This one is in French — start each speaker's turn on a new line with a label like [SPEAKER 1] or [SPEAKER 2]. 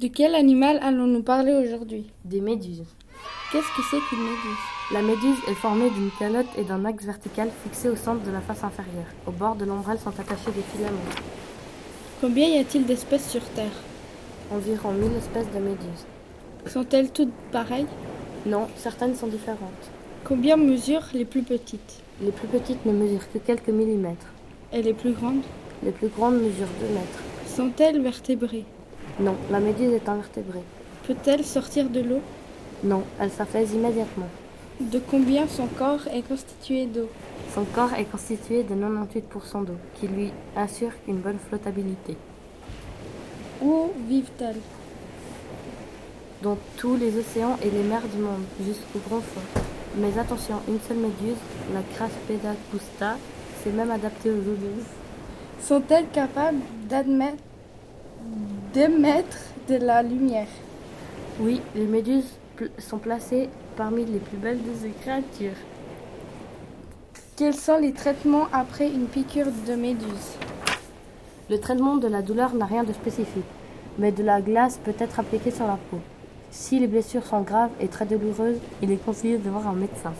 [SPEAKER 1] De quel animal allons-nous parler aujourd'hui
[SPEAKER 2] Des méduses.
[SPEAKER 1] Qu'est-ce que c'est qu'une méduse
[SPEAKER 2] La méduse est formée d'une calotte et d'un axe vertical fixé au centre de la face inférieure. Au bord de l'ombrelle sont attachés des filaments.
[SPEAKER 1] Combien y a-t-il d'espèces sur Terre
[SPEAKER 2] Environ 1000 espèces de méduses.
[SPEAKER 1] Sont-elles toutes pareilles
[SPEAKER 2] Non, certaines sont différentes.
[SPEAKER 1] Combien mesurent les plus petites
[SPEAKER 2] Les plus petites ne mesurent que quelques millimètres.
[SPEAKER 1] Et les plus grandes
[SPEAKER 2] Les plus grandes mesurent 2 mètres.
[SPEAKER 1] Sont-elles vertébrées
[SPEAKER 2] Non, la méduse est invertébrée.
[SPEAKER 1] Peut-elle sortir de l'eau
[SPEAKER 2] Non, elle s'affaisse immédiatement.
[SPEAKER 1] De combien son corps est constitué d'eau
[SPEAKER 2] Son corps est constitué de 98% d'eau, qui lui assure une bonne flottabilité,
[SPEAKER 1] Où vivent-elles
[SPEAKER 2] dans tous les océans et les mers du monde, jusqu'au grand fond. Mais attention, une seule méduse, la Craspedacusta, s'est même adaptée aux oiseaux.
[SPEAKER 1] Sont-elles capables d'admettre, d'émettre de la lumière
[SPEAKER 2] Oui, les méduses pl- sont placées parmi les plus belles de ces créatures.
[SPEAKER 1] Quels sont les traitements après une piqûre de méduse
[SPEAKER 2] Le traitement de la douleur n'a rien de spécifique, mais de la glace peut être appliquée sur la peau. Si les blessures sont graves et très douloureuses, il est conseillé de voir un médecin.